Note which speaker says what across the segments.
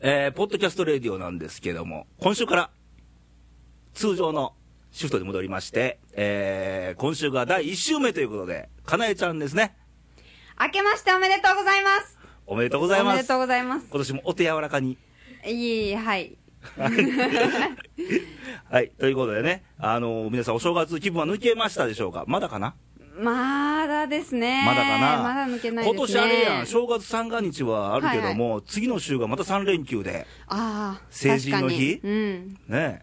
Speaker 1: えーポッドキャストレディオなんですけども、今週から、通常のシフトに戻りまして、えー今週が第1週目ということで、かなえちゃんですね。
Speaker 2: 明けましておめでとうございます。
Speaker 1: おめでとうござい
Speaker 2: お
Speaker 1: ま。
Speaker 2: めですとう
Speaker 1: 今
Speaker 2: ございます。
Speaker 1: 年もお手柔らかに。
Speaker 2: いえいえ、はい。
Speaker 1: はい、ということでね、あのー皆さんお正月気分は抜けましたでしょうかまだかな、
Speaker 2: まだですね。
Speaker 1: まだかな
Speaker 2: まだ抜けないですね。
Speaker 1: 今年あれやん、正月三が日はあるけども、次の週がまた3連休で、
Speaker 2: ああ、
Speaker 1: 成人の日
Speaker 2: 確かにうん。
Speaker 1: ね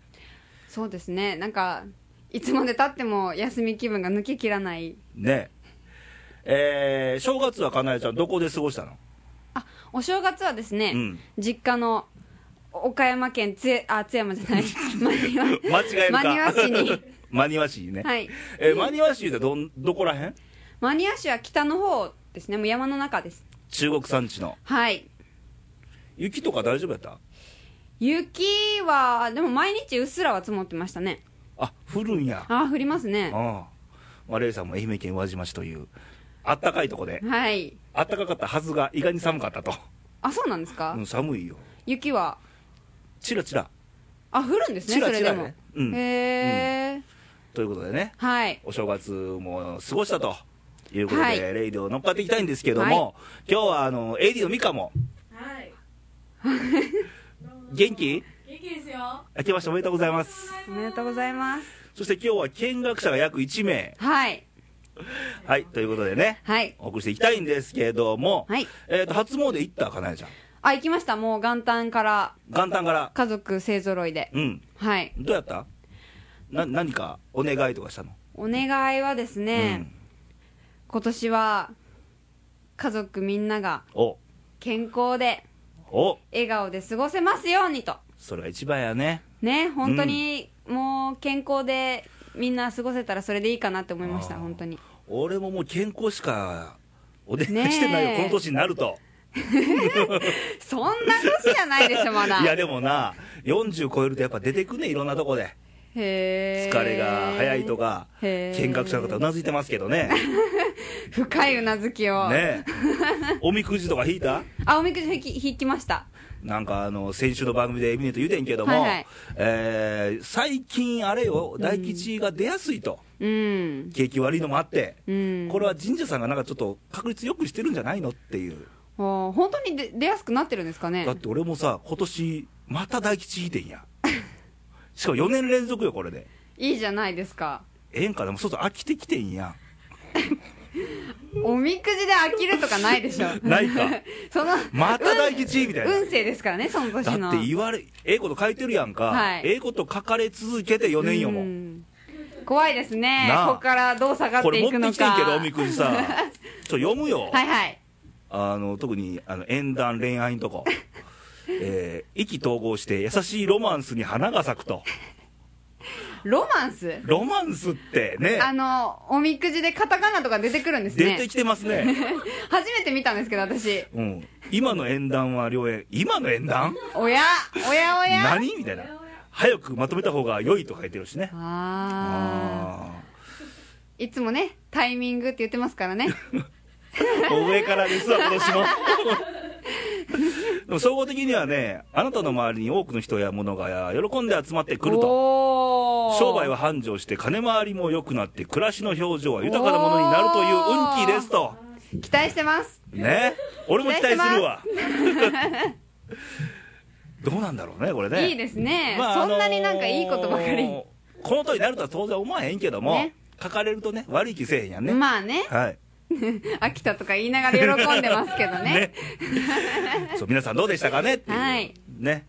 Speaker 2: そうですね。なんか、いつまで経っても休み気分が抜けきらない。
Speaker 1: え、ねえ、えー、正月はかなえちゃん、どこで過ごしたの
Speaker 2: あ、お正月はですね、
Speaker 1: うん
Speaker 2: 実家の岡山県津江、あ、津山 じゃない。真庭
Speaker 1: 間違えるか。
Speaker 2: 真庭市 に。
Speaker 1: 真庭市にね。
Speaker 2: はい。
Speaker 1: えー、真庭市ってどん、どこらへん
Speaker 2: 真庭市は北の方ですね。もう山の中です。
Speaker 1: 中国山地の。
Speaker 2: はい。
Speaker 1: 雪とか大丈夫やった
Speaker 2: 雪は、でも毎日うっすらは積もってましたね。
Speaker 1: あ、降るんや。
Speaker 2: ああ、降りますね。
Speaker 1: ああ。まあ、レイさんも愛媛県宇和島市という、あったかいとこで、
Speaker 2: はい。
Speaker 1: あったかかったはずが、意外に寒かったと。
Speaker 2: あ、そうなんですか、
Speaker 1: うん、寒いよ。
Speaker 2: 雪は。
Speaker 1: チラチラ。
Speaker 2: あ、降るんですね、
Speaker 1: チラ
Speaker 2: それで
Speaker 1: チラ
Speaker 2: も
Speaker 1: ね。うん
Speaker 2: へー
Speaker 1: ということでね、
Speaker 2: はい。
Speaker 1: お正月も過ごしたということで、
Speaker 2: はい
Speaker 1: レイディを乗っかっていきたいんですけど
Speaker 2: は
Speaker 1: も、今日はあの、AD のミカも、
Speaker 3: はい。
Speaker 1: 元気
Speaker 3: 元気ですよ。
Speaker 1: 明けましておめでとうございます。
Speaker 2: おめでとうございます。
Speaker 1: そして今日は見学者が約1名。
Speaker 2: はい。
Speaker 1: はい、ということでね、
Speaker 2: はい。
Speaker 1: お送りしていきたいんですけども、
Speaker 2: はい。
Speaker 1: えっ、と、初詣行ったかなえちゃん。
Speaker 2: あ、行きました。もう元旦から
Speaker 1: 元旦から。
Speaker 2: 家族勢揃いで。
Speaker 1: うん。
Speaker 2: はい。
Speaker 1: どうやったな、何かお願いとかしたの
Speaker 2: お願いはですね、今年は家族みんなが
Speaker 1: うん。お、
Speaker 2: 健康で
Speaker 1: お、
Speaker 2: 笑顔で過ごせますようにと。
Speaker 1: それが一番やね。
Speaker 2: ね、本当にもう健康でみんな過ごせたらそれでいいかなって思いました、
Speaker 1: あー
Speaker 2: 本当に。
Speaker 1: 俺ももう健康しかお願い
Speaker 2: ねえ
Speaker 1: してないよ、この年になると。
Speaker 2: そんな年じゃないでしょ、ま だ。
Speaker 1: いやでもな、40超えるとやっぱ出てくね、いろんなとこで。
Speaker 2: へー
Speaker 1: 疲れが早いとか、
Speaker 2: へー
Speaker 1: 見学者の方うなずいてますけどね。
Speaker 2: 深いうなずきを、
Speaker 1: ねえおみくじとか引いた
Speaker 2: あおみくじ引き引きました
Speaker 1: なんかあの先週の番組でエミネと言うてんけども、
Speaker 2: はいはい
Speaker 1: えー最近、あれよ、大吉が出やすいと、
Speaker 2: うん
Speaker 1: 景気悪いのもあって、
Speaker 2: うん
Speaker 1: これは神社さんがなんかちょっと確率よくしてるんじゃないのっていう、
Speaker 2: お本当にで出やすくなってるんですかね
Speaker 1: だって俺もさ、今年また大吉引いてんや、しかも4年連続よ、これで、
Speaker 2: いいじゃないですか
Speaker 1: ええんかな、もうそうそう、飽きてきてんや、
Speaker 2: おみくじで飽きるとかないでしょ
Speaker 1: ないか、
Speaker 2: その
Speaker 1: また大吉みたいな。
Speaker 2: 運勢ですからねその
Speaker 1: だ
Speaker 2: 年の
Speaker 1: って言われ、ええこと書いてるやんか、
Speaker 2: はい
Speaker 1: ええこと書かれ続けて4年よも
Speaker 2: う
Speaker 1: う、
Speaker 2: ん怖いですね
Speaker 1: なあ
Speaker 2: ここからどう下がっ
Speaker 1: こ
Speaker 2: て
Speaker 1: れ
Speaker 2: い
Speaker 1: 持
Speaker 2: く
Speaker 1: って
Speaker 2: の
Speaker 1: きてん
Speaker 2: か
Speaker 1: けど、おみくじさ、ちょ読むよ、
Speaker 2: はいはい
Speaker 1: あの特にあの縁談、恋愛のとこ、 えー、意気投合して、優しいロマンスに花が咲くと、
Speaker 2: ロマンス
Speaker 1: ロマンスってね、
Speaker 2: あのおみくじでカタカナとか出てくるんです
Speaker 1: 出
Speaker 2: ね
Speaker 1: てきてます ね、
Speaker 2: 初めて見たんですけど私
Speaker 1: うん、今の縁談は良縁、今の縁談
Speaker 2: おやおやおや
Speaker 1: 何みたいな、早くまとめた方が良いと書いてるしね。
Speaker 2: ああ
Speaker 1: あ
Speaker 2: いつもねタイミングって言ってますからね
Speaker 1: ーもう上からですわ、 今年も。でも総合的にはね、あなたの周りに多くの人や物が喜んで集まってくると。
Speaker 2: と
Speaker 1: 商売は繁盛して金回りも良くなって暮らしの表情は豊かなものになるという運気ですと
Speaker 2: 期待してます
Speaker 1: ね俺も期待するわ どうなんだろうねこれね
Speaker 2: いいですね、
Speaker 1: まあ
Speaker 2: そんなになんかいいことばか
Speaker 1: あ
Speaker 2: り、
Speaker 1: のーこのとになるとは当然思わへんけども、
Speaker 2: ね
Speaker 1: 書かれるとね悪い気せえへんやんね、
Speaker 2: まあね
Speaker 1: はい
Speaker 2: 秋田とか言いながら喜んでますけどね
Speaker 1: ね そう皆さんどうでしたかねっていう、
Speaker 2: はい
Speaker 1: ね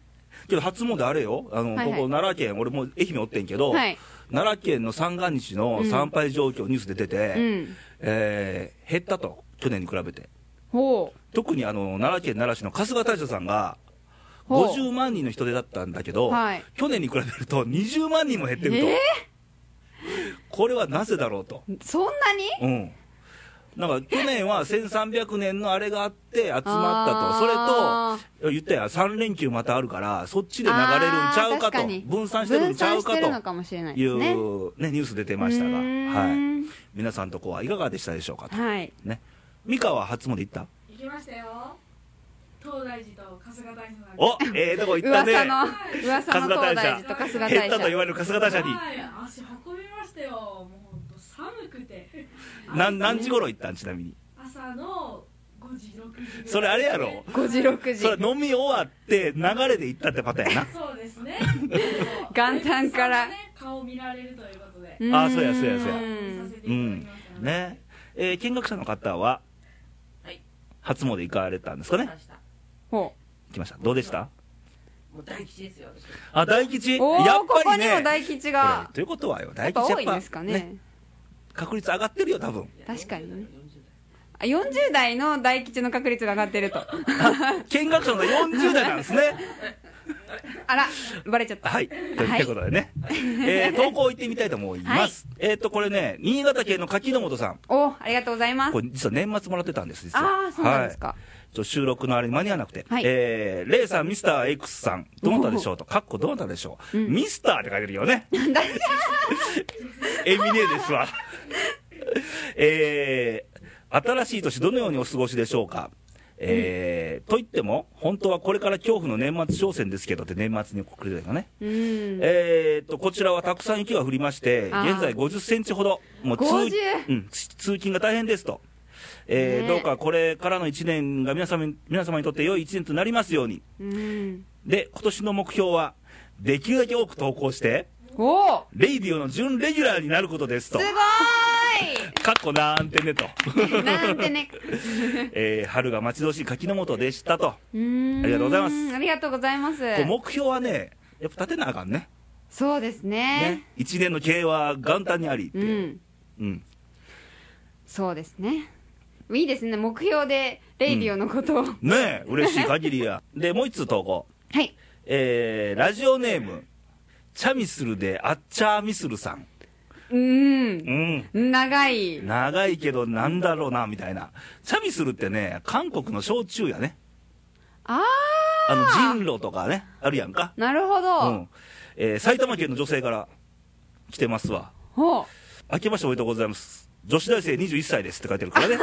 Speaker 1: けど初詣あれよあの、
Speaker 2: はいはい
Speaker 1: ここ奈良県俺も愛媛おってんけど、
Speaker 2: はい
Speaker 1: 奈良県の三が日の参拝状況ニュースで出て、
Speaker 2: うん
Speaker 1: えー減ったと、去年に比べて、
Speaker 2: ほ
Speaker 1: 特にあの奈良県奈良市の春日大社さんが、
Speaker 2: ほう
Speaker 1: 50万人の人出だったんだけど、
Speaker 2: はい
Speaker 1: 去年に比べると20万人も減って
Speaker 2: う
Speaker 1: ると、
Speaker 2: え
Speaker 1: これはなぜだろうと、
Speaker 2: ー、そんなに
Speaker 1: うん、なんか去年は1300年のあれがあって集まったと、それと
Speaker 2: あー
Speaker 1: 言ったやん、3連休またあるから、そっちで流れるんちゃうか
Speaker 2: あー確
Speaker 1: と、
Speaker 2: に
Speaker 1: 分散してるんちゃうか
Speaker 2: 分散してるの
Speaker 1: と
Speaker 2: かもしれない
Speaker 1: い
Speaker 2: ですね
Speaker 1: う、ね、ニュース出てましたが、
Speaker 2: うー
Speaker 1: はい、
Speaker 2: ん
Speaker 1: 皆さんとこはいかがでしたでしょうかと。
Speaker 2: はい
Speaker 1: ね、美香は初詣行った
Speaker 3: 行きましたよ。東大寺と春日大社なんで
Speaker 1: おええとこ行ったね
Speaker 2: 噂の噂の東大寺と春日
Speaker 3: 噂
Speaker 2: 大
Speaker 1: 減ったと言
Speaker 2: 社
Speaker 1: われる春日大社に
Speaker 3: はい足運びましたよもうほんと寒く て
Speaker 1: 何何時頃行ったんちなみに
Speaker 3: 朝の5時6時ぐらい
Speaker 1: それあれやろ
Speaker 2: 5時6
Speaker 1: そ
Speaker 2: 時
Speaker 1: れ飲み終わって流れで行ったってパターンや
Speaker 3: そうですね
Speaker 2: 元旦から
Speaker 3: お客様のね顔見られるということで
Speaker 1: あそうやそうやそうや
Speaker 2: ん
Speaker 3: 見させていただきまし
Speaker 1: な
Speaker 3: た
Speaker 1: ねえー見学者の方は
Speaker 4: はい
Speaker 1: 初詣行かれたんですかね
Speaker 4: 話した
Speaker 2: ほ
Speaker 1: 行きましたどうでした
Speaker 4: もう大吉ですよ私
Speaker 1: あ大吉や
Speaker 2: うお
Speaker 1: っ
Speaker 2: おこ
Speaker 1: ぱ
Speaker 2: こ
Speaker 1: り
Speaker 2: にも
Speaker 1: ね
Speaker 2: 大吉
Speaker 1: こ
Speaker 2: が
Speaker 1: れということはよ
Speaker 2: や
Speaker 1: 大
Speaker 2: っぱ
Speaker 1: 吉
Speaker 2: 多い
Speaker 1: や
Speaker 2: で
Speaker 1: っ
Speaker 2: す
Speaker 1: ぱ
Speaker 2: かね
Speaker 1: 確率上がってるよ多分
Speaker 4: いや
Speaker 2: 確かにね
Speaker 4: 40代40代
Speaker 2: あ40代の大吉の確率が上がってると
Speaker 1: 見学者の40代なんですね
Speaker 2: あらバレちゃった
Speaker 1: はいということでね、えー投稿行ってみたいと思います、えっ、とこれね新潟県の柿の本さん
Speaker 2: おありがとうございます
Speaker 1: これ実は年末もらってたんです実は
Speaker 2: ああそうなんですか
Speaker 1: ちょ収録のあれに間に合わなくて、
Speaker 2: はい
Speaker 1: えー、レイさん、ミスター X さん、どなたでしょうと、かっこどなたでしょう、
Speaker 2: うん
Speaker 1: ミスターって書いてるよ ね。エミネですわ。えー、新しい年、どのようにお過ごしでしょうか。えーと言っても、本当はこれから恐怖の年末商戦ですけどって、年末にくれたかね、
Speaker 2: うん
Speaker 1: えーと、こちらはたくさん雪が降りまして、
Speaker 2: あー
Speaker 1: 現在50センチほど、もう通
Speaker 2: 50
Speaker 1: うん、つ通勤が大変ですと。えー
Speaker 2: ね
Speaker 1: どうかこれからの1年が皆様に皆様にとって良い1年となりますように。
Speaker 2: うん
Speaker 1: で、今年の目標は、できるだけ多く投稿して、
Speaker 2: おお
Speaker 1: レイディオの準レギュラーになることです
Speaker 2: す
Speaker 1: と
Speaker 2: ご。
Speaker 1: かっこなんてねと。
Speaker 2: ーいなんてね
Speaker 1: えー春が待ち遠しい柿の本でしたと。
Speaker 2: うーん
Speaker 1: ありがとうございます
Speaker 2: ありがとうございます
Speaker 1: こう目標はね、やっぱ立てなあかんね。
Speaker 2: そうですね
Speaker 1: ね。1年の経営は元旦にありって
Speaker 2: う
Speaker 1: いう。
Speaker 2: ん
Speaker 1: うん。
Speaker 2: そうですねいいですね目標でレイディオのことを、
Speaker 1: ねえ、嬉しい限りや。で、もう1つ投稿。
Speaker 2: はい
Speaker 1: えーラジオネーム、チャミスルであっちゃーミスルさん。
Speaker 2: う
Speaker 1: うんん。
Speaker 2: 長い
Speaker 1: 長いけどなんだろうな、みたいな。チャミスルってね、韓国の焼酎やね。
Speaker 2: あ
Speaker 1: あの、人狼とかね、あるやんか。
Speaker 2: ーなるほ
Speaker 1: う
Speaker 2: ど、
Speaker 1: ん。えー埼玉県の女性から来てますわ。
Speaker 2: ほ
Speaker 1: 明けましておめでとうございます。女子大生21歳ですって書いてるからね。
Speaker 2: う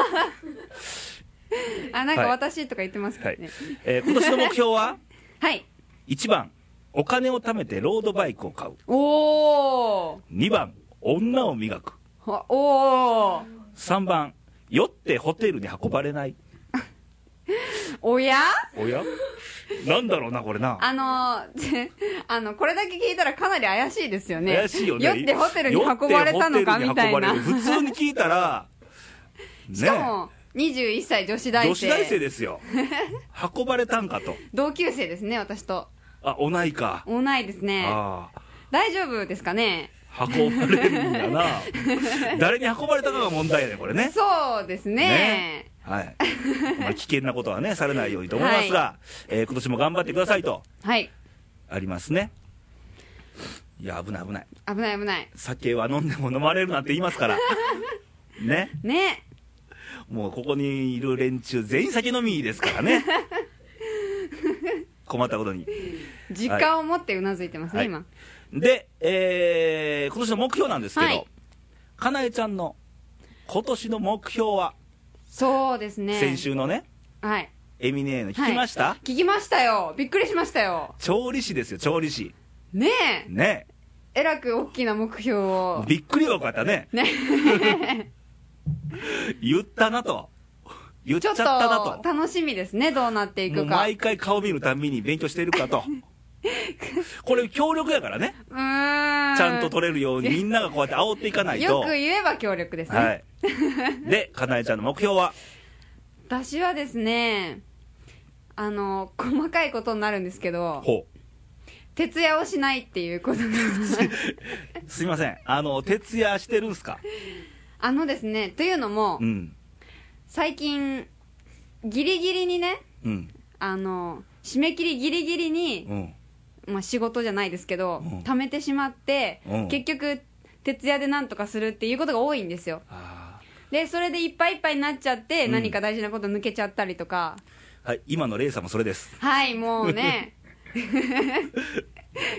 Speaker 2: あなんか
Speaker 1: はい
Speaker 2: 私とか言ってますけ
Speaker 1: は
Speaker 2: ど
Speaker 1: い
Speaker 2: ね。
Speaker 1: えー今年の目標は、
Speaker 2: はい、
Speaker 1: 1番、お金を貯めてロードバイクを買う。
Speaker 2: おー
Speaker 1: 2番、女を磨く。
Speaker 2: ほおー
Speaker 1: 3番、酔ってホテルに運ばれない。
Speaker 2: おや
Speaker 1: おやなんだろうな、これな。
Speaker 2: あの ー、あの、これだけ聞いたらかなり怪しいですよね。
Speaker 1: 怪しいよね。
Speaker 2: 酔ってホテルに運ばれたのか
Speaker 1: 酔
Speaker 2: みたいな。
Speaker 1: ってホテルに運ばれる普通に聞いた ら、ね
Speaker 2: しかも、21歳女子大生。
Speaker 1: 女子大生です よ。運ばれたんかと。
Speaker 2: 同級生ですね、私と。
Speaker 1: あ、おないか。
Speaker 2: 同いですね。
Speaker 1: ああ。
Speaker 2: 大丈夫ですかね
Speaker 1: 運ばれるんだな。誰に運ばれたかが問題やね、これね。
Speaker 2: そうですね。
Speaker 1: はい。まあ、危険なことはね、されないようにと思いますが、えー今年も頑張ってくださいと、
Speaker 2: はい。
Speaker 1: ありますね。いや、危ない危ない。
Speaker 2: 危ない危ない。
Speaker 1: 酒は飲んでも飲まれるなんて言い ますから。ね。
Speaker 2: ね。
Speaker 1: もうここにいる連中全員酒飲みですから ね。困ったことに。
Speaker 2: 実感を持ってうなずいてますね、
Speaker 1: はい
Speaker 2: 今。
Speaker 1: で、えー、今年の目標なんですけど、
Speaker 2: はい
Speaker 1: かなえちゃんの今年の目標は、
Speaker 2: そうですね。
Speaker 1: 先。週のね、
Speaker 2: はい。
Speaker 1: エミネーの聞きました、
Speaker 2: 聞きましたよ。びっくりしましたよ。
Speaker 1: 調理師ですよ、調理師。
Speaker 2: ね
Speaker 1: ね。
Speaker 2: え。えらく大きな目標を。
Speaker 1: びっくりよかったね。
Speaker 2: ね。
Speaker 1: 言ったなと。言っち
Speaker 2: ち
Speaker 1: ゃ
Speaker 2: ょ
Speaker 1: っ
Speaker 2: った
Speaker 1: な
Speaker 2: と
Speaker 1: と。
Speaker 2: 楽しみですね、どうなってい
Speaker 1: もう
Speaker 2: くか。
Speaker 1: 毎回顔見るたんびに勉強してる かと。これ協力やからね。
Speaker 2: うーん。
Speaker 1: ちゃんと取れるようにみんながこうやって煽っていかないと。
Speaker 2: よく言えば協力ですね。
Speaker 1: はい。で、かなえちゃんの目標は、
Speaker 2: 私はですね、あの、細かいことになるんですけど、
Speaker 1: ほう。
Speaker 2: 徹夜をしないっていうことが
Speaker 1: すいません。あの、徹夜してるんすか
Speaker 2: あのですね、というのも、
Speaker 1: うん。
Speaker 2: 最近、ギリギリにね、
Speaker 1: うん。
Speaker 2: あの、締め切りギリギリに
Speaker 1: う、ん。
Speaker 2: まあ仕事じゃないですけど
Speaker 1: うん、
Speaker 2: 貯めてしまって
Speaker 1: うん、
Speaker 2: 結局、徹夜でなんとかするっていうことが多いんですよ。
Speaker 1: あ
Speaker 2: で、それでいっぱいいっぱいになっちゃって、
Speaker 1: うん
Speaker 2: 何か大事なこと抜けちゃったりとか、
Speaker 1: ーはい。今のレイさんもそれ です。
Speaker 2: はい、もう ね。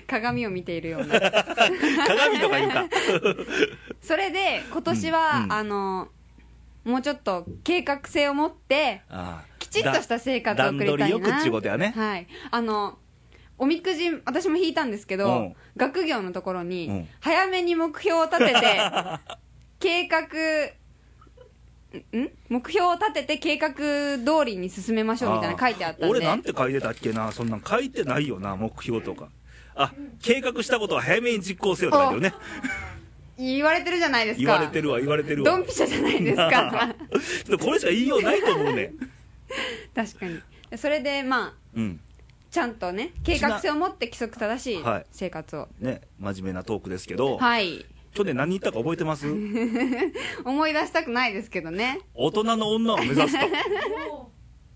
Speaker 2: 鏡を見ているような。
Speaker 1: 鏡とか言うか。
Speaker 2: それで、今年は、
Speaker 1: うんうん
Speaker 2: あの、もうちょっと計画性を持って、
Speaker 1: あ
Speaker 2: ききちっとした生活を送りたいな
Speaker 1: 段取りよくっちゅうことやね
Speaker 2: はいあのおみくじ私も引いたんですけど、
Speaker 1: うん
Speaker 2: 学業のところに、
Speaker 1: うん
Speaker 2: 早めに目標を立てて 計画んん目標を立てて計画通りに進めましょうみたいなの書いてあったんで
Speaker 1: 俺なんて書いてたっけなそんなん書いてないよな目標とかあ計画したことは早めに実行せよって書いてるね
Speaker 2: 言われてるじゃないですか
Speaker 1: 言われてるわ言われてるわ
Speaker 2: ドンピシャじゃないで すか
Speaker 1: ちょっとこれしか言いようないと思うね
Speaker 2: 確かにそれでまあ
Speaker 1: うん
Speaker 2: ちゃんとね計画性を持って規則正しい
Speaker 1: はい
Speaker 2: 生活を
Speaker 1: ね真面目なトークですけど、
Speaker 2: はい
Speaker 1: 去年何言ったか覚えてます
Speaker 2: 思い出したくないですけどね
Speaker 1: 大人の女を目指すと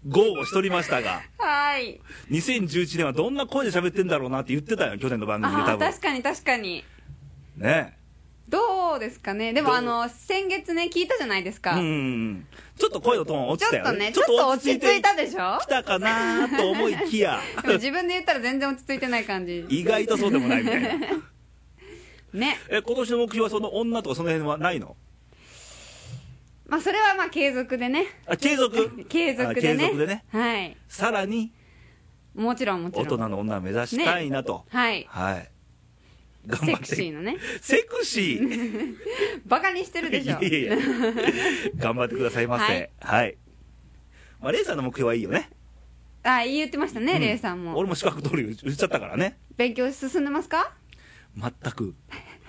Speaker 1: 豪語しとりましたが
Speaker 2: はい
Speaker 1: 2011年はどんな声で喋ってんだろうなって言ってたよ去年の番組で
Speaker 2: あ
Speaker 1: 多
Speaker 2: あ
Speaker 1: 分
Speaker 2: 確かに確かに
Speaker 1: ね
Speaker 2: どうですかねで
Speaker 1: ど
Speaker 2: も
Speaker 1: う
Speaker 2: あの先月ね聞いたじゃないです
Speaker 1: う
Speaker 2: か、
Speaker 1: んうんうんちょっと声のトーン落
Speaker 2: ちょ
Speaker 1: ちた
Speaker 2: っ
Speaker 1: よ
Speaker 2: と
Speaker 1: ね
Speaker 2: ねちょっと落ち着いた
Speaker 1: き
Speaker 2: でしょ
Speaker 1: たかなと思いきや
Speaker 2: でも自分で言ったら全然落ち着いてない感じ
Speaker 1: 意外とそうでもないみたいな
Speaker 2: ね
Speaker 1: え今年の目標はその女とかその辺はないの
Speaker 2: まあそれはまあ継続でね
Speaker 1: あ継続
Speaker 2: 継続で
Speaker 1: あ
Speaker 2: ね
Speaker 1: 継続でね
Speaker 2: はい
Speaker 1: さらに
Speaker 2: もちろんもち
Speaker 1: 大
Speaker 2: ろ
Speaker 1: 人
Speaker 2: ん
Speaker 1: の女を目指したいなと、
Speaker 2: はい
Speaker 1: はい頑張
Speaker 2: セ
Speaker 1: っ
Speaker 2: ク
Speaker 1: て
Speaker 2: シーなね
Speaker 1: セクシー
Speaker 2: バカにしてるでしょ
Speaker 1: いや いやいや頑張ってくださいませは
Speaker 2: はいい、
Speaker 1: まあ、レイさんの目標はいいよね
Speaker 2: あ言ってましたね、
Speaker 1: うん
Speaker 2: レイさんも
Speaker 1: 俺も資格取る言っちゃったからね
Speaker 2: 勉強進んでますか
Speaker 1: 全 く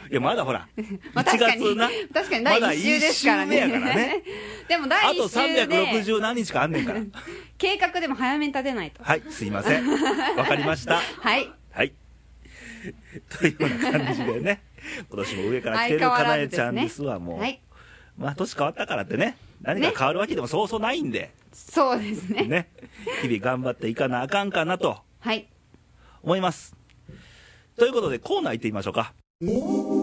Speaker 1: いやまだほら
Speaker 2: まあ
Speaker 1: 1
Speaker 2: 確かに
Speaker 1: 月な
Speaker 2: 確かに
Speaker 1: ま
Speaker 2: 第
Speaker 1: だ
Speaker 2: 1週ですからね
Speaker 1: 一週目やからね
Speaker 2: でも
Speaker 1: あ
Speaker 2: 第
Speaker 1: と
Speaker 2: 1週で
Speaker 1: 360何日かあんねんから
Speaker 2: 計画でも早めに立てないと
Speaker 1: はいすいませんわかりました
Speaker 2: はい
Speaker 1: はいというような感じでね今年も上から来て
Speaker 2: 相
Speaker 1: る
Speaker 2: 変わ
Speaker 1: からな
Speaker 2: ず
Speaker 1: え
Speaker 2: で
Speaker 1: ちゃ
Speaker 2: す
Speaker 1: ん
Speaker 2: ね
Speaker 1: ですわもう、
Speaker 2: はい
Speaker 1: まあ年変わったからってね何か
Speaker 2: ね
Speaker 1: 変わるわけでもそうそうないんで
Speaker 2: そうですね
Speaker 1: ね日々頑張っていかなあかんかなと
Speaker 2: はい
Speaker 1: 思いますということでコーナー行ってみましょうか
Speaker 2: かなえちゃん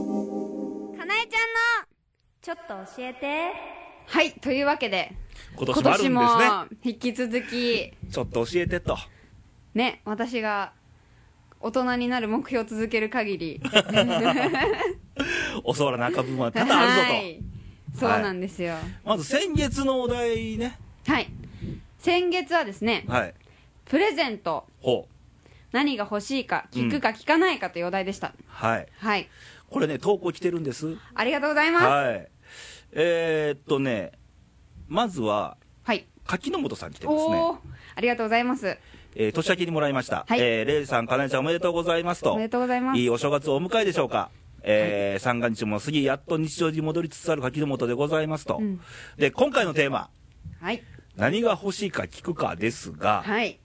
Speaker 2: の
Speaker 5: ちょっと教えて。
Speaker 2: はいというわけで
Speaker 1: 今
Speaker 2: 今
Speaker 1: 年もあるんですね
Speaker 2: 年も引き続き
Speaker 1: ちょっと教えてと
Speaker 2: ね私が大人になる目標を続ける 限り
Speaker 1: 教わらなあかん部分は多々あるぞと、
Speaker 2: はいそうなんですよ
Speaker 1: まず先月のお題ね
Speaker 2: はい先月はですね
Speaker 1: はい
Speaker 2: プレゼント
Speaker 1: ほう
Speaker 2: 何が欲しいか聞くか聞かないかというお題でした、
Speaker 1: はい
Speaker 2: はい
Speaker 1: これね投稿来てるんです
Speaker 2: ありがとうございますはい、
Speaker 1: はいえー、っとねまずは柿本さん来てます
Speaker 2: お
Speaker 1: ね
Speaker 2: お、ありがとうございます
Speaker 1: えー年明けにもらいました、
Speaker 2: はい
Speaker 1: えーレイジさんかなえちゃんおめでとうございますと
Speaker 2: おめでとうございます
Speaker 1: いお正月をお迎えでしょうか。えー三が日も過ぎ、やっと日常に戻りつつある柿の本でございますと。
Speaker 2: うん
Speaker 1: で、今回のテーマ、
Speaker 2: はい
Speaker 1: 何が欲しいか聞くかですが、
Speaker 2: はい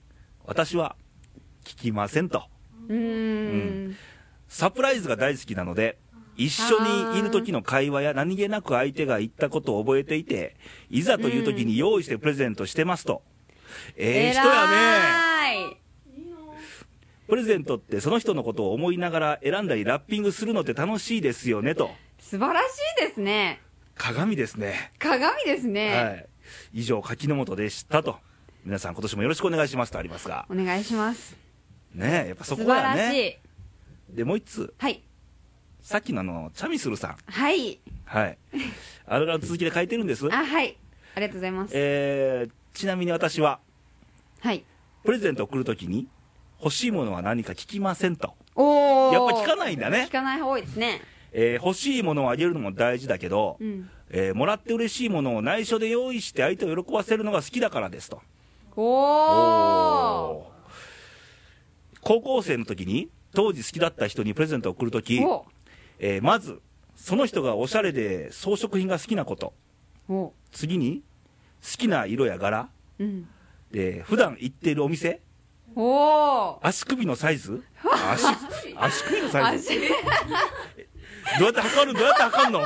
Speaker 1: 私は聞きませんと。
Speaker 2: うーん
Speaker 1: サプライズが大好きなので、一緒にいる時の会話や何気なく相手が言ったことを覚えていて、いざという時に用意してプレゼントしてますと。ええ人やね。
Speaker 2: ね
Speaker 3: いいの
Speaker 1: プレゼントってその人のことを思いながら選んだりラッピングするのって楽しいですよねと。
Speaker 2: 素晴らしいですね
Speaker 1: 鏡ですね。
Speaker 2: 鏡です
Speaker 1: は
Speaker 2: ね、
Speaker 1: い。以上、柿の本でしたと。皆さん今年もよろしくお願いしますとありますが。
Speaker 2: お願いします
Speaker 1: ねえ、やっぱそ
Speaker 2: 素
Speaker 1: こ
Speaker 2: 晴
Speaker 1: や
Speaker 2: らしい、
Speaker 1: ね。で、もう一つ、
Speaker 2: はい
Speaker 1: さっきのあの、チャミスルさん。
Speaker 2: はい
Speaker 1: はい。あれから続きで書いてるんです。
Speaker 2: あはいありがとうございます
Speaker 1: えー、ちなみに私は、
Speaker 2: はい
Speaker 1: プレゼントを送るときに、欲しいものは何か聞きませんと。
Speaker 2: おお
Speaker 1: やっぱ聞かないんだね
Speaker 2: 聞。かない方多いですね
Speaker 1: えー欲しいものをあげるのも大事だけど、
Speaker 2: うん
Speaker 1: えーもらって嬉しいものを内緒で用意して相手を喜ばせるのが好きだからですと。
Speaker 2: おお
Speaker 1: おー高校生の時に、当時好きだった人にプレゼントを送るとき、
Speaker 2: お
Speaker 1: えーまず、その人がおしゃれで装飾品が好きなこと。
Speaker 2: お
Speaker 1: 次に、好きな色や柄。
Speaker 2: うん
Speaker 1: で、普段行っているお店。
Speaker 2: おお
Speaker 1: 足首のサイ ズ足、足首のサイズ
Speaker 2: 足
Speaker 1: どうやって測るどうやって測るの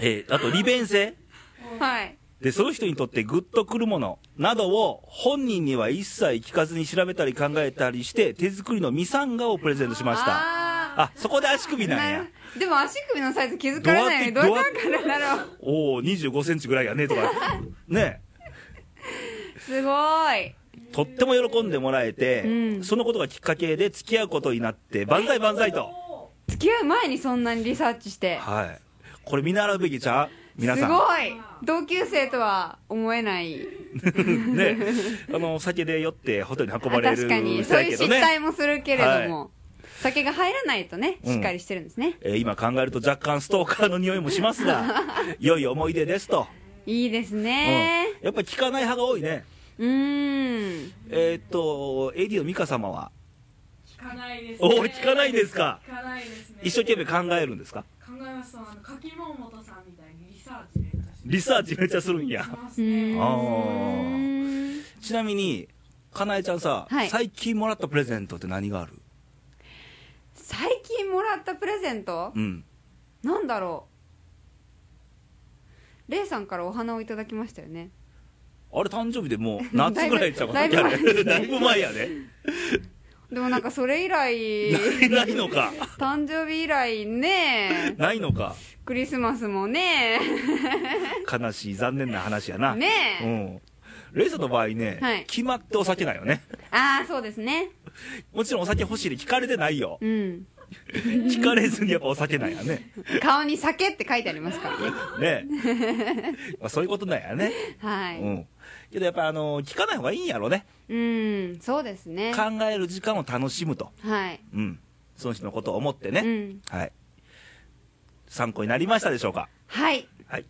Speaker 1: えーあと利便性。
Speaker 2: はい
Speaker 1: で、その人にとってグッとくるものなどを本人には一切聞かずに調べたり考えたりして手作りのミサンガをプレゼントしました。
Speaker 2: あ
Speaker 1: あ、そこで足首なんや。
Speaker 2: ーでも足首のサイズ気づかれないようにどう
Speaker 1: どう
Speaker 2: や
Speaker 1: やっ
Speaker 2: ってて分かるんだろう
Speaker 1: おお、25センチぐらいやね、とか。ね。
Speaker 2: すごい
Speaker 1: とっても喜んでもらえて、
Speaker 2: うん
Speaker 1: そのことがきっかけで付き合うことになって、万歳万歳と。
Speaker 2: 付き合う前にそんなにリサーチして
Speaker 1: はい。これ見習うべきじゃん皆さん。
Speaker 2: すごい同級生とは思えない
Speaker 1: ね、あの酒で酔ってホテルに運ばれる
Speaker 2: 確かに、そういう失態もするけれども、酒が入らないとね、
Speaker 1: うん
Speaker 2: しっかりしてるんですね。
Speaker 1: えー今考えると若干ストーカーの匂いもします が良い思い出ですと、
Speaker 2: いいです
Speaker 1: うん
Speaker 2: ね。
Speaker 1: やっぱり聞かない派が多いね
Speaker 2: うーん。
Speaker 1: えーっと AD の美香様は
Speaker 3: 聞かないです、
Speaker 1: おー聞かないですか
Speaker 3: 聞かないですね
Speaker 1: 一生懸命考えるんですか
Speaker 3: 考えますとあの柿本さんみたいにリサーチめっちゃして
Speaker 1: リサーチめっちゃするんや
Speaker 3: します
Speaker 2: う
Speaker 3: ね
Speaker 2: ーん
Speaker 1: あちなみにかなえちゃんさ、
Speaker 2: はい
Speaker 1: 最近もらったプレゼントって何がある
Speaker 2: 最近もらったプレゼント
Speaker 1: うん
Speaker 2: なんだろう。レイさんからお花をいただきましたよね。
Speaker 1: あれ誕生日でもう夏ぐらいちゃうかな
Speaker 2: だいぶ
Speaker 1: あれだいぶ前やね
Speaker 2: でもなんかそれ以来、
Speaker 1: ないないのか
Speaker 2: 誕生日以来ね、
Speaker 1: ないのか
Speaker 2: クリスマスもね、
Speaker 1: 悲しい残念な話やな
Speaker 2: ねえ
Speaker 1: うんレイさんの場合ね、
Speaker 2: はい
Speaker 1: 決まってお酒なんよね
Speaker 2: ああ、そうですね。
Speaker 1: もちろんお酒欲しいで聞かれてないよ
Speaker 2: うん。
Speaker 1: 聞かれずにやっぱお酒なんやね
Speaker 2: 顔に酒って書いてありますからね。
Speaker 1: ねえまあそういうことなんやね、
Speaker 2: は
Speaker 1: う
Speaker 2: い。
Speaker 1: んけどやっぱあの聞かない方がいいんやろね
Speaker 2: うん、そうですね。
Speaker 1: 考える時間を楽しむと
Speaker 2: はい。
Speaker 1: うんその人のことを思って
Speaker 2: う
Speaker 1: ね、
Speaker 2: ん。
Speaker 1: はい参考になりましたでしょうか
Speaker 2: はい。
Speaker 1: はい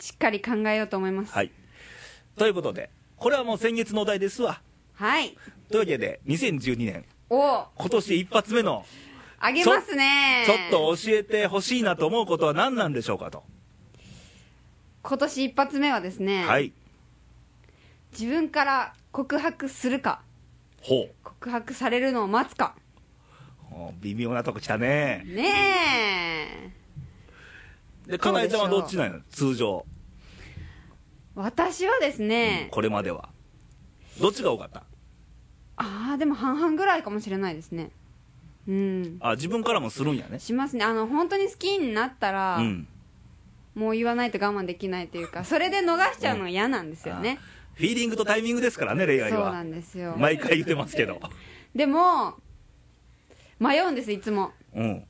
Speaker 2: しっかり考えようと思います。
Speaker 1: はいということでこれはもう先月のお題ですわ
Speaker 2: はい。
Speaker 1: というわけで2012年
Speaker 2: お
Speaker 1: 今年一発目の
Speaker 2: あげますね。
Speaker 1: ちょっ。と教えてほしいなと思うことは何なんでしょうかと、
Speaker 2: 今年一発目はですね、
Speaker 1: はい
Speaker 2: 自分から告白するか、
Speaker 1: ほう
Speaker 2: 告白されるのを待つか。
Speaker 1: お微妙なとこ来たね
Speaker 2: ねえ。
Speaker 1: でかなえちゃんはどっちなんや通常、
Speaker 2: 私はです
Speaker 1: うん
Speaker 2: ね、
Speaker 1: これまではどっちが多かった
Speaker 2: ああ、でも半々ぐらいかもしれないですね。うん。
Speaker 1: あ自分からもするんやね
Speaker 2: しますね。あの、本当に好きになったら、
Speaker 1: うん
Speaker 2: もう言わないと我慢できないというか、それで逃しちゃうの嫌なんですよね。
Speaker 1: あフィーリングとタイミングですからね恋
Speaker 2: そう
Speaker 1: 愛
Speaker 2: な
Speaker 1: は
Speaker 2: んですよ。
Speaker 1: 毎回言ってますけど
Speaker 2: でも、迷うんです、いつも。
Speaker 1: うん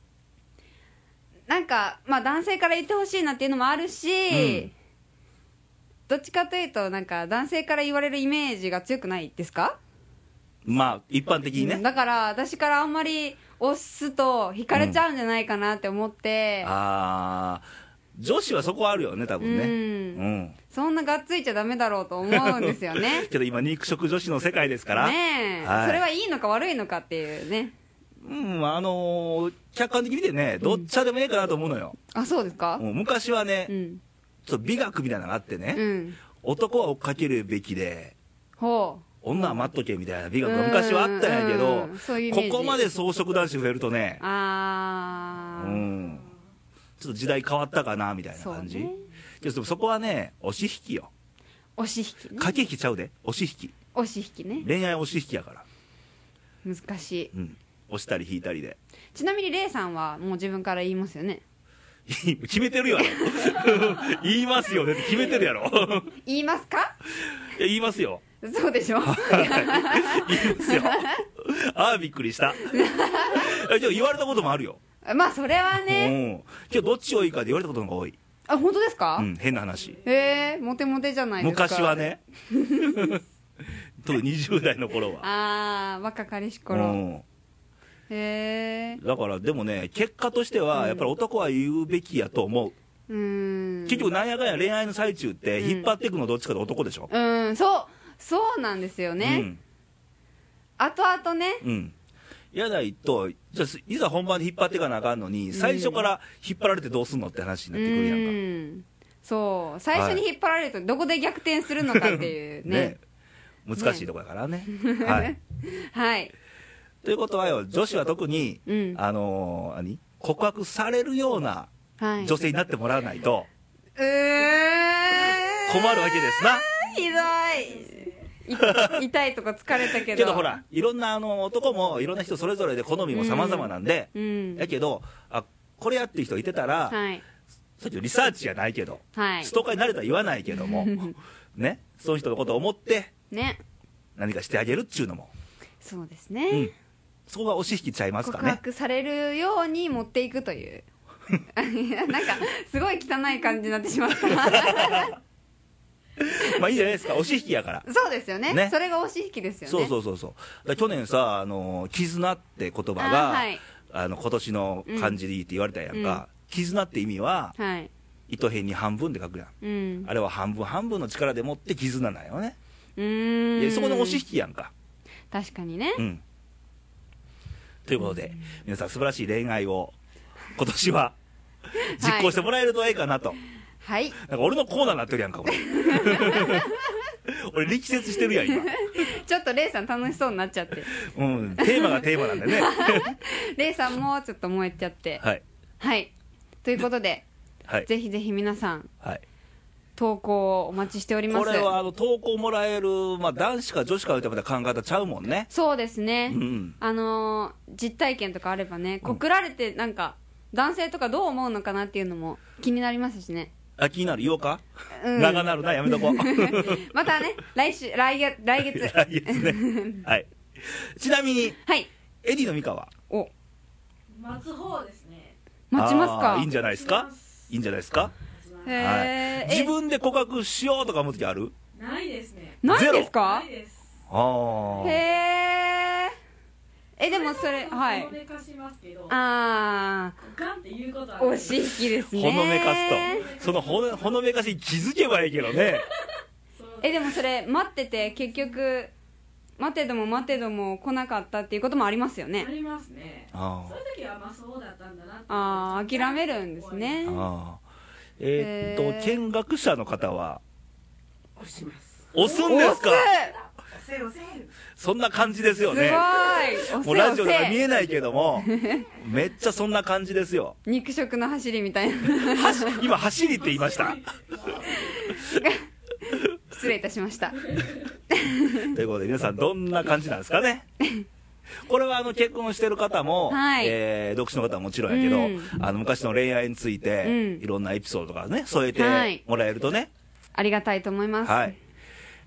Speaker 2: なんか、まあ男性から言ってほしいなっていうのもあるし、
Speaker 1: うん
Speaker 2: どっちかというと、なんか男性から言われるイメージが強くないですか
Speaker 1: まあ一般的にね、
Speaker 2: うんだから、私からあんまり押すと惹かれちゃうんじゃないかなって思って、
Speaker 1: ああ女子はそこあるよね多分ね
Speaker 2: うん
Speaker 1: うん。
Speaker 2: そんながっついちゃダメだろうと思うんですよね
Speaker 1: けど今肉食女子の世界ですから、
Speaker 2: ねえ、
Speaker 1: はい
Speaker 2: それはいいのか悪いのかっていうね。
Speaker 1: うんあのー客観的に見てねどっちでもええかなと思うのよ、
Speaker 2: あ、そうですか
Speaker 1: うん昔はね、
Speaker 2: うん。
Speaker 1: ちょっと美学みたいなのがあってね、
Speaker 2: うん。
Speaker 1: 男は追っかけるべきで
Speaker 2: ほう。
Speaker 1: 女は待っとけみたいな美学が昔はあったんやけ
Speaker 2: うん
Speaker 1: ど
Speaker 2: うんうんそういうイメージ
Speaker 1: ここまで草食男子増えるとねう
Speaker 2: あー、
Speaker 1: んちょっと時代変わったかなみたいな
Speaker 2: そう
Speaker 1: 感じ、
Speaker 2: ね
Speaker 1: けどそこはね押し引きよ
Speaker 2: 押し引きね
Speaker 1: 駆け引きちゃうで押し引き
Speaker 2: 押し引きね
Speaker 1: 恋愛押し引きやから、
Speaker 2: 難しい
Speaker 1: うん、押したり引いたりで
Speaker 2: ちなみにレイさんはもう自分から言いますよね
Speaker 1: 決めてるやろ言いますよねって決めてるやろ
Speaker 2: 言いますか
Speaker 1: いや言いますよ
Speaker 2: そうでしょ
Speaker 1: 言いますよああびっくりした えでも言われたこともあるよ、
Speaker 2: まあそれはね
Speaker 1: うん今日どっち多いかで言われたことの方が多い、
Speaker 2: あ本当ですか、
Speaker 1: うん、変な話
Speaker 2: へえモテモテじゃないですか
Speaker 1: 昔はね 特に20代の頃は
Speaker 2: ああ若かりし
Speaker 1: う
Speaker 2: 頃、
Speaker 1: ん、
Speaker 2: へえ
Speaker 1: だからでもね結果として
Speaker 2: う
Speaker 1: は
Speaker 2: ん
Speaker 1: やっぱり男は言うべきやと思う、
Speaker 2: うーん
Speaker 1: 結局なんやかんや恋愛の最中って
Speaker 2: うん
Speaker 1: 引っ張っていくのどっちかで男でしょ、
Speaker 2: うんそうそうなんですよね、後々ね
Speaker 1: うんうんやないとじゃあいざ本番で引っ張っていかなあかんのに最初から引っ張られてどうすんのって話に
Speaker 2: う
Speaker 1: なってくるやんか、
Speaker 2: んそう最初に引っ張られるとどこで逆転するのかっていうね
Speaker 1: ね難しいとこやからね。はい、
Speaker 2: はい
Speaker 1: ということはよ女子は特に、
Speaker 2: うん
Speaker 1: あのー何告白されるような
Speaker 2: はい
Speaker 1: 女性になってもらわないと
Speaker 2: うーん
Speaker 1: 困るわけですな。
Speaker 2: ひどい い痛いとか疲れたけど
Speaker 1: けどほらいろんなあの男もいろんな人それぞれで好みも様々なんで、
Speaker 2: うん
Speaker 1: やけどあこれやってる人いてたら、
Speaker 2: はい
Speaker 1: さっきのリサーチじゃないけど、
Speaker 2: はい
Speaker 1: ストーカーになれたら言わないけど もねそういう人のことを思って
Speaker 2: ね
Speaker 1: 何かしてあげるっちゅうのも、
Speaker 2: そうです
Speaker 1: う
Speaker 2: ね
Speaker 1: ん、そこが押し引きちゃいますか
Speaker 2: 告
Speaker 1: ね。
Speaker 2: 白されるように持っていくという なんかすごい汚い感じになってしまった
Speaker 1: まあいいじゃないですか、押し引きやから。
Speaker 2: そうですよね
Speaker 1: ね
Speaker 2: それが押し引きですよね
Speaker 1: そうそうそうそう。だから去年さ、あの、絆って言葉が、
Speaker 2: あーはい
Speaker 1: あの、今年の漢字でいいって言われたやんか、絆って意味は、
Speaker 2: はい
Speaker 1: 糸辺に半分で書くやん。
Speaker 2: うん
Speaker 1: あれは半分半分の力でもって絆なんよね。
Speaker 2: うー
Speaker 1: で
Speaker 2: ん
Speaker 1: そこの押し引きやんか。
Speaker 2: 確かにね
Speaker 1: うん。ということで、皆さん素晴らしい恋愛を、今年は、実行してもらえるとええかなと。
Speaker 2: はい
Speaker 1: なんか俺のコーナーになってるやんか、これ。 俺力説してるやん、今。
Speaker 2: ちょっとレイさん楽しそうになっちゃって
Speaker 1: うん、テーマがテーマなんだよね。
Speaker 2: レイさんもちょっと燃えちゃって
Speaker 1: はい。
Speaker 2: はいということで
Speaker 1: はい。
Speaker 2: ぜひぜひ皆さん
Speaker 1: はい。
Speaker 2: 投稿をお待ちしております
Speaker 1: これは、あの、投稿もらえる、まあ、男子か女子か言うてまた考え方ちゃうもんね。
Speaker 2: そうですね、
Speaker 1: うん
Speaker 2: あのー実体験とかあれば
Speaker 1: う
Speaker 2: ね
Speaker 1: ん
Speaker 2: 告られてなんか、男性とかどう思うのかなっていうのも気になりますしね、
Speaker 1: あ、気になる、言おうか、
Speaker 2: うん、
Speaker 1: 長なるな、やめとこう。
Speaker 2: またね来週来月来月
Speaker 1: 来月ね。はい。ちなみに、
Speaker 2: はい
Speaker 1: エディのミカは
Speaker 2: お
Speaker 3: 待つ方ですね
Speaker 2: 待ちます
Speaker 1: あ
Speaker 2: か
Speaker 1: ーいいんじゃないですかいいんじゃないですか
Speaker 3: 待ちま
Speaker 1: は
Speaker 2: へ
Speaker 1: い
Speaker 2: ー、
Speaker 1: 自
Speaker 2: え
Speaker 1: 分で告白しようとか思う時ある
Speaker 3: すないですね
Speaker 2: ないですか
Speaker 3: ないです
Speaker 1: あ
Speaker 2: へ
Speaker 1: あ
Speaker 2: ええでもそれは
Speaker 3: ほの
Speaker 2: い
Speaker 3: めかしますけど
Speaker 2: あ
Speaker 3: ガンって言うことは
Speaker 2: あ
Speaker 3: ない
Speaker 2: 押し引きですね
Speaker 1: ほのめかすとそのほのほのめかしに気づけばいいけどね
Speaker 3: そう
Speaker 2: えでもそれ待ってて結局待てども待てども来なかったっていうこともありますよね
Speaker 3: ありますね
Speaker 1: あ
Speaker 3: そういう時はまあそうだったんだなって
Speaker 2: ああ諦めるんですね
Speaker 1: ーあーえーっ
Speaker 2: へ
Speaker 1: と
Speaker 2: ー
Speaker 1: 見学者の方は
Speaker 4: 押します
Speaker 1: 押すんですか
Speaker 4: 押せ押せ
Speaker 1: そんな感じですよ
Speaker 2: すごい
Speaker 1: ねもうラ
Speaker 2: 押
Speaker 1: ジ
Speaker 2: せ
Speaker 1: オでは
Speaker 2: 押
Speaker 1: 見
Speaker 2: せ
Speaker 1: えないけどもめっちゃそんな感じですよ
Speaker 2: 肉食の走りみたいな
Speaker 1: 走今走りって言いました
Speaker 2: 失礼いたしました
Speaker 1: ということで皆さんどんな感じなんですかねこれはあの結婚してる方も、
Speaker 2: はい
Speaker 1: えー独身の方はもちろんやけど、
Speaker 2: うん
Speaker 1: あの昔の恋愛について、
Speaker 2: うん
Speaker 1: いろんなエピソードとかね添え
Speaker 2: はい
Speaker 1: てもらえるとね
Speaker 2: ありがたいと思います
Speaker 1: はい、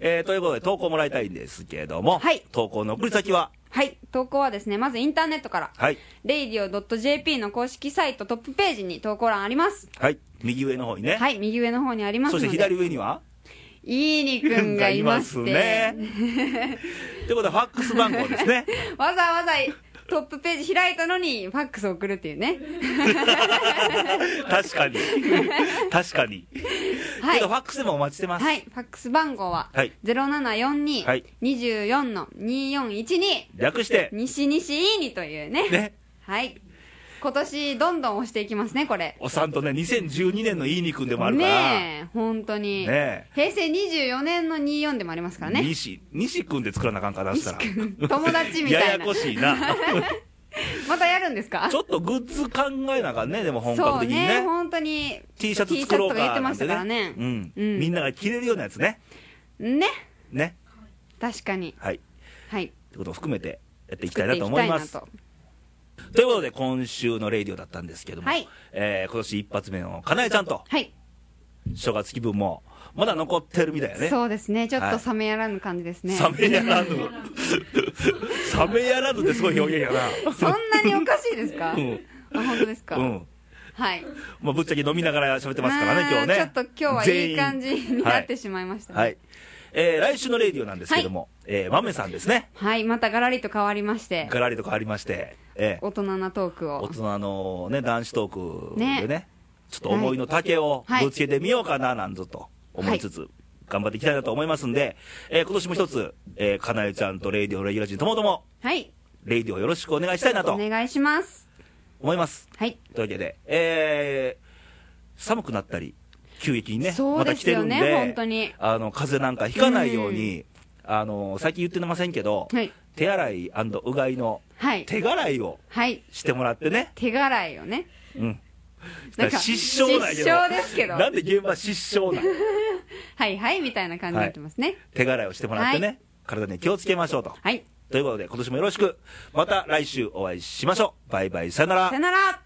Speaker 1: えーということで投稿もらいたいんですけども、
Speaker 2: はい
Speaker 1: 投稿の送り先は
Speaker 2: はい投稿はですねまずインターネットから
Speaker 1: はい、
Speaker 2: radio.jp の公式サイトトップページに投稿欄あります
Speaker 1: はい、右上の方にね、
Speaker 2: はい右上の方にあります
Speaker 1: そ
Speaker 2: の
Speaker 1: して
Speaker 2: で
Speaker 1: 左上にはい
Speaker 2: いにくんがいまして
Speaker 1: ということでファックス番号です ね
Speaker 2: わざわざトップページ開いたのにファックス送るっていうね
Speaker 1: 確かに確かに、
Speaker 2: はい
Speaker 1: けどファックスでもお待ちしてます、
Speaker 2: はいファックス番号は
Speaker 1: はいはい
Speaker 2: 074224の2412
Speaker 1: 略して
Speaker 2: 西西いいにというね
Speaker 1: ね
Speaker 2: はい今年どんどん押していきますねこれ
Speaker 1: おさんとね、2012年のいいにくんでもあるから、ね
Speaker 2: ねえ本当に
Speaker 1: え、
Speaker 2: 平成24年の24でもありますからね
Speaker 1: 西、西くんで作らなあかんから、出したら。
Speaker 2: 友達みたいな
Speaker 1: ややこしいな。
Speaker 2: またやるんですか
Speaker 1: ちょっとグッズ考えなあかんね、でも本格
Speaker 2: そう
Speaker 1: 的に
Speaker 2: ね
Speaker 1: ね。
Speaker 2: 本当に
Speaker 1: T シャツ作ろうか
Speaker 2: T シャツとか言って
Speaker 1: な
Speaker 2: ま
Speaker 1: ん
Speaker 2: してたからね
Speaker 1: うん。
Speaker 2: うん
Speaker 1: みんなが着れるようなやつね。
Speaker 2: ね
Speaker 1: ね。
Speaker 2: 確かに
Speaker 1: はい。っ
Speaker 2: はい
Speaker 1: てことを含めてやっていき
Speaker 2: 作
Speaker 1: たいない
Speaker 2: って
Speaker 1: と
Speaker 2: き
Speaker 1: 思
Speaker 2: た
Speaker 1: い
Speaker 2: い
Speaker 1: ま
Speaker 2: な
Speaker 1: す。と
Speaker 2: と
Speaker 1: いうことで、今週のレイディオだったんですけども、
Speaker 2: はい
Speaker 1: えー今年一発目のかなえちゃんと、
Speaker 2: はい
Speaker 1: 正月気分も、まだ残ってるみたいやね。
Speaker 2: そうですねちょっ
Speaker 1: は
Speaker 2: と
Speaker 1: い
Speaker 2: 冷めやらぬ感じですね
Speaker 1: 冷めやら ぬ。冷めやらぬってすごい表現やな。
Speaker 2: そんなにおかしいですか
Speaker 1: うん
Speaker 2: あ本当ですか
Speaker 1: うん。
Speaker 2: はい
Speaker 1: まあ、ぶっちゃけ飲みながら喋ってますからね、
Speaker 2: まあ
Speaker 1: 今日ね。
Speaker 2: ちょっと今日はいい感じになってしまいましたね
Speaker 1: はい。えー来週のレイディオなんですけども、えー、豆さんですね。
Speaker 2: はいまたガラリと変わりまして
Speaker 1: ガラリと変わりまして、えー
Speaker 2: 大人なトークを
Speaker 1: 大人の ね、男子トークでね、
Speaker 2: ね
Speaker 1: ちょっと思いの丈を
Speaker 2: はい
Speaker 1: ぶつけてみようかな、なんぞと思いつつ、頑張っていきたいなと思いますんで、えー今年も一つ、えー、かなえちゃんとレイディオのレギュラー陣ともども、
Speaker 2: はい
Speaker 1: レイディオよろしくお願いしたいな
Speaker 2: お
Speaker 1: と
Speaker 2: 願いします
Speaker 1: 思います。
Speaker 2: はい
Speaker 1: というわけで、えー寒くなったり、急激にね、
Speaker 2: そう
Speaker 1: また
Speaker 2: で
Speaker 1: 来
Speaker 2: す
Speaker 1: てる
Speaker 2: よ
Speaker 1: ん
Speaker 2: ね
Speaker 1: で、
Speaker 2: 本当に
Speaker 1: あの風邪なんかひかないように、あの最近言ってませんけど、
Speaker 2: はい
Speaker 1: 手洗いうがいの
Speaker 2: はい
Speaker 1: 手洗いを
Speaker 2: はい
Speaker 1: してもらってね、
Speaker 2: 手洗いをね
Speaker 1: うん、
Speaker 2: なんか
Speaker 1: 失笑なんやけど
Speaker 2: 失笑ですけど
Speaker 1: なんで現場失笑なん
Speaker 2: はいはいみたいな感じになってますね
Speaker 1: 手洗いをしてもらってね、
Speaker 2: は
Speaker 1: 体に気をつけましょうと。
Speaker 2: はい
Speaker 1: ということで、今年もよろしく、また来週お会いしましょう。バイバイ、さよなら
Speaker 2: さよ。なら